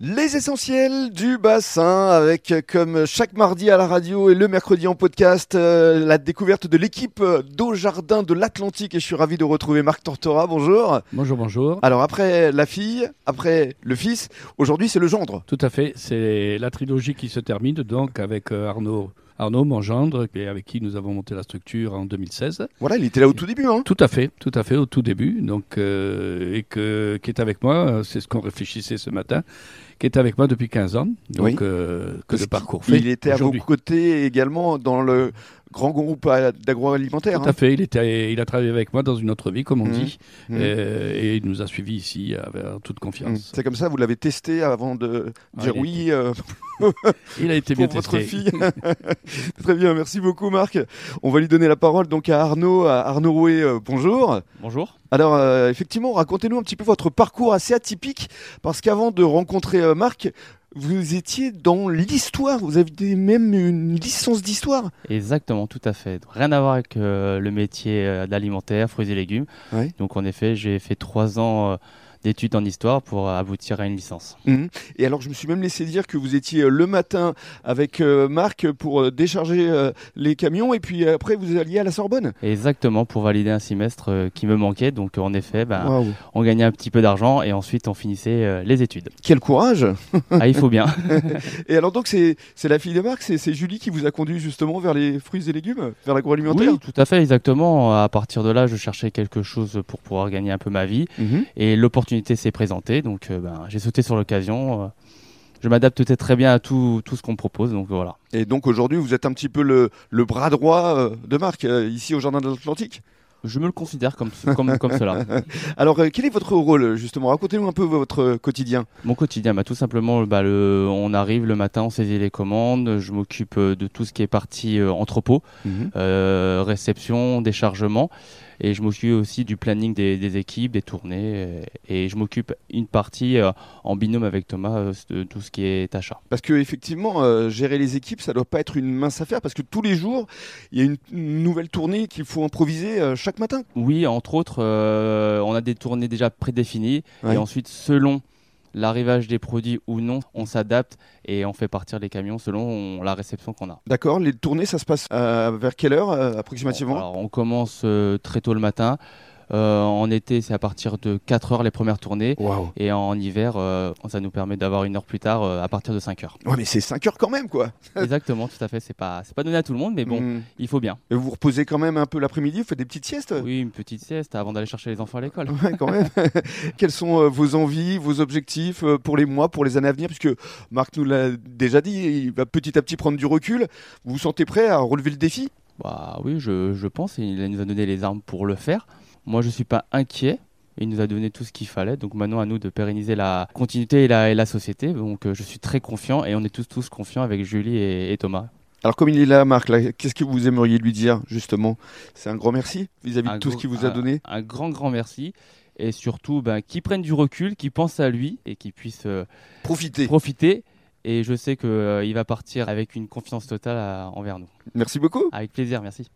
Les essentiels du bassin avec comme chaque mardi à la radio et le mercredi en podcast euh, la découverte de l'équipe d'eau jardin de l'Atlantique et je suis ravi de retrouver Marc Tortora. Bonjour. Bonjour, bonjour. Alors après la fille, après le fils, aujourd'hui c'est le gendre. Tout à fait, c'est la trilogie qui se termine donc avec euh, Arnaud. Arnaud, mon gendre, et avec qui nous avons monté la structure en 2016. Voilà, il était là au tout début. Hein. Tout à fait, tout à fait, au tout début. Donc, euh, et que, qui est avec moi, euh, c'est ce qu'on réfléchissait ce matin, qui est avec moi depuis 15 ans. Donc, Oui. euh, que Parce le parcours fait. Il était à vos aujourd'hui. côtés également dans le grand groupe euh, d'agroalimentaire. Tout à hein. fait, il, était, il a travaillé avec moi dans une autre vie, comme on Mmh. dit, Mmh. euh, et il nous a suivis ici avec toute Mm. confiance. C'est comme ça, vous l'avez testé avant de dire il a oui euh, Il a été pour bien votre testé. fille. Très bien, merci beaucoup Marc. On va lui donner la parole donc à Arnaud, à Arnaud Rouet, euh, bonjour. Bonjour. Alors euh, effectivement, racontez-nous un petit peu votre parcours assez atypique, parce qu'avant de rencontrer euh, Marc, vous étiez dans l'histoire, vous aviez même une licence d'histoire. Exactement, tout à fait. Rien à voir avec euh, le métier euh, d'alimentaire, fruits et légumes. Ouais. Donc en effet, j'ai fait trois ans euh, d'études en histoire pour aboutir à une licence. Et alors je me suis même laissé dire que vous étiez euh, le matin avec euh, Marc pour euh, décharger euh, les camions, et puis euh, après vous alliez à la Sorbonne. Exactement, pour valider un semestre euh, qui me manquait. Donc en effet, Ah. ben, Waouh. on gagnait un petit peu d'argent et ensuite on finissait euh, les études. Quel courage ah, il faut bien. Et alors donc c'est c'est la fille de Marc, c'est c'est Julie qui vous a conduit justement vers les fruits et légumes, vers l'agroalimentaire. oui, tout à fait, exactement. À partir de là, je cherchais quelque chose pour pouvoir gagner un peu ma vie. Mhm. Et l'opportunité s'est présentée, donc euh, ben, j'ai sauté sur l'occasion. euh, Je m'adapte peut-être très bien à tout, tout ce qu'on me propose, donc voilà. Et donc aujourd'hui vous êtes un petit peu le, le bras droit euh, de Marc euh, ici au Jardin de l'Atlantique. Je me le considère comme, ce- comme, comme cela. Alors euh, quel est votre rôle justement Racontez-nous un peu votre euh, quotidien. Mon quotidien, bah, tout simplement, bah, le, on arrive le matin, on saisit les commandes, je m'occupe euh, de tout ce qui est partie euh, entrepôt, euh, réception, déchargement, et je m'occupe aussi du planning des, des équipes, des tournées, euh, et je m'occupe une partie euh, en binôme avec Thomas euh, de tout ce qui est achat. Parce que effectivement euh, gérer les équipes ça doit pas être une mince affaire parce que tous les jours il y a une, une nouvelle tournée qu'il faut improviser euh, chaque matin. Oui, entre autres, euh, on a des tournées déjà prédéfinies, Ouais. et ensuite, selon l'arrivage des produits ou non, on s'adapte et on fait partir les camions selon la réception qu'on a. D'accord. Les tournées ça se passe euh, vers quelle heure euh, approximativement Alors, on commence euh, très tôt le matin. Euh, en été, c'est à partir de 4 heures les premières tournées. Waouh. Et en hiver, euh, ça nous permet d'avoir une heure plus tard euh, à partir de 5 heures. Ouais mais c'est 5 heures quand même quoi. Exactement, tout à fait. C'est pas, c'est pas donné à tout le monde, mais bon, Mm. il faut bien. Et vous vous reposez quand même un peu l'après-midi, vous faites des petites siestes Oui, une petite sieste avant d'aller chercher les enfants à l'école. Euh. Ouais, quand même. Quelles sont euh, vos envies, vos objectifs euh, pour les mois, pour les années à venir Puisque Marc nous l'a déjà dit, il va petit à petit prendre du recul. Vous vous sentez prêt à relever le défi Bah oui, je, je pense. et Il nous a donné les armes pour le faire. Moi, je suis pas inquiet. Il nous a donné tout ce qu'il fallait. Donc maintenant, à nous de pérenniser la continuité et la, et la société. Donc euh, je suis très confiant et on est tous tous confiants avec Julie et- et Thomas. Alors comme il est là, Marc, là, qu'est-ce que vous aimeriez lui dire justement C'est un grand merci vis-à-vis Un de tout ce Ah, gros- qu'il vous a un- donné. Un grand, grand merci. Et surtout, ben, qu'ils prennent du recul, qu'ils pensent à lui et qu'ils puissent euh, Profitez. profiter. euh, Et je sais qu'il va partir avec une confiance totale à- envers nous. Merci beaucoup. Avec plaisir, merci.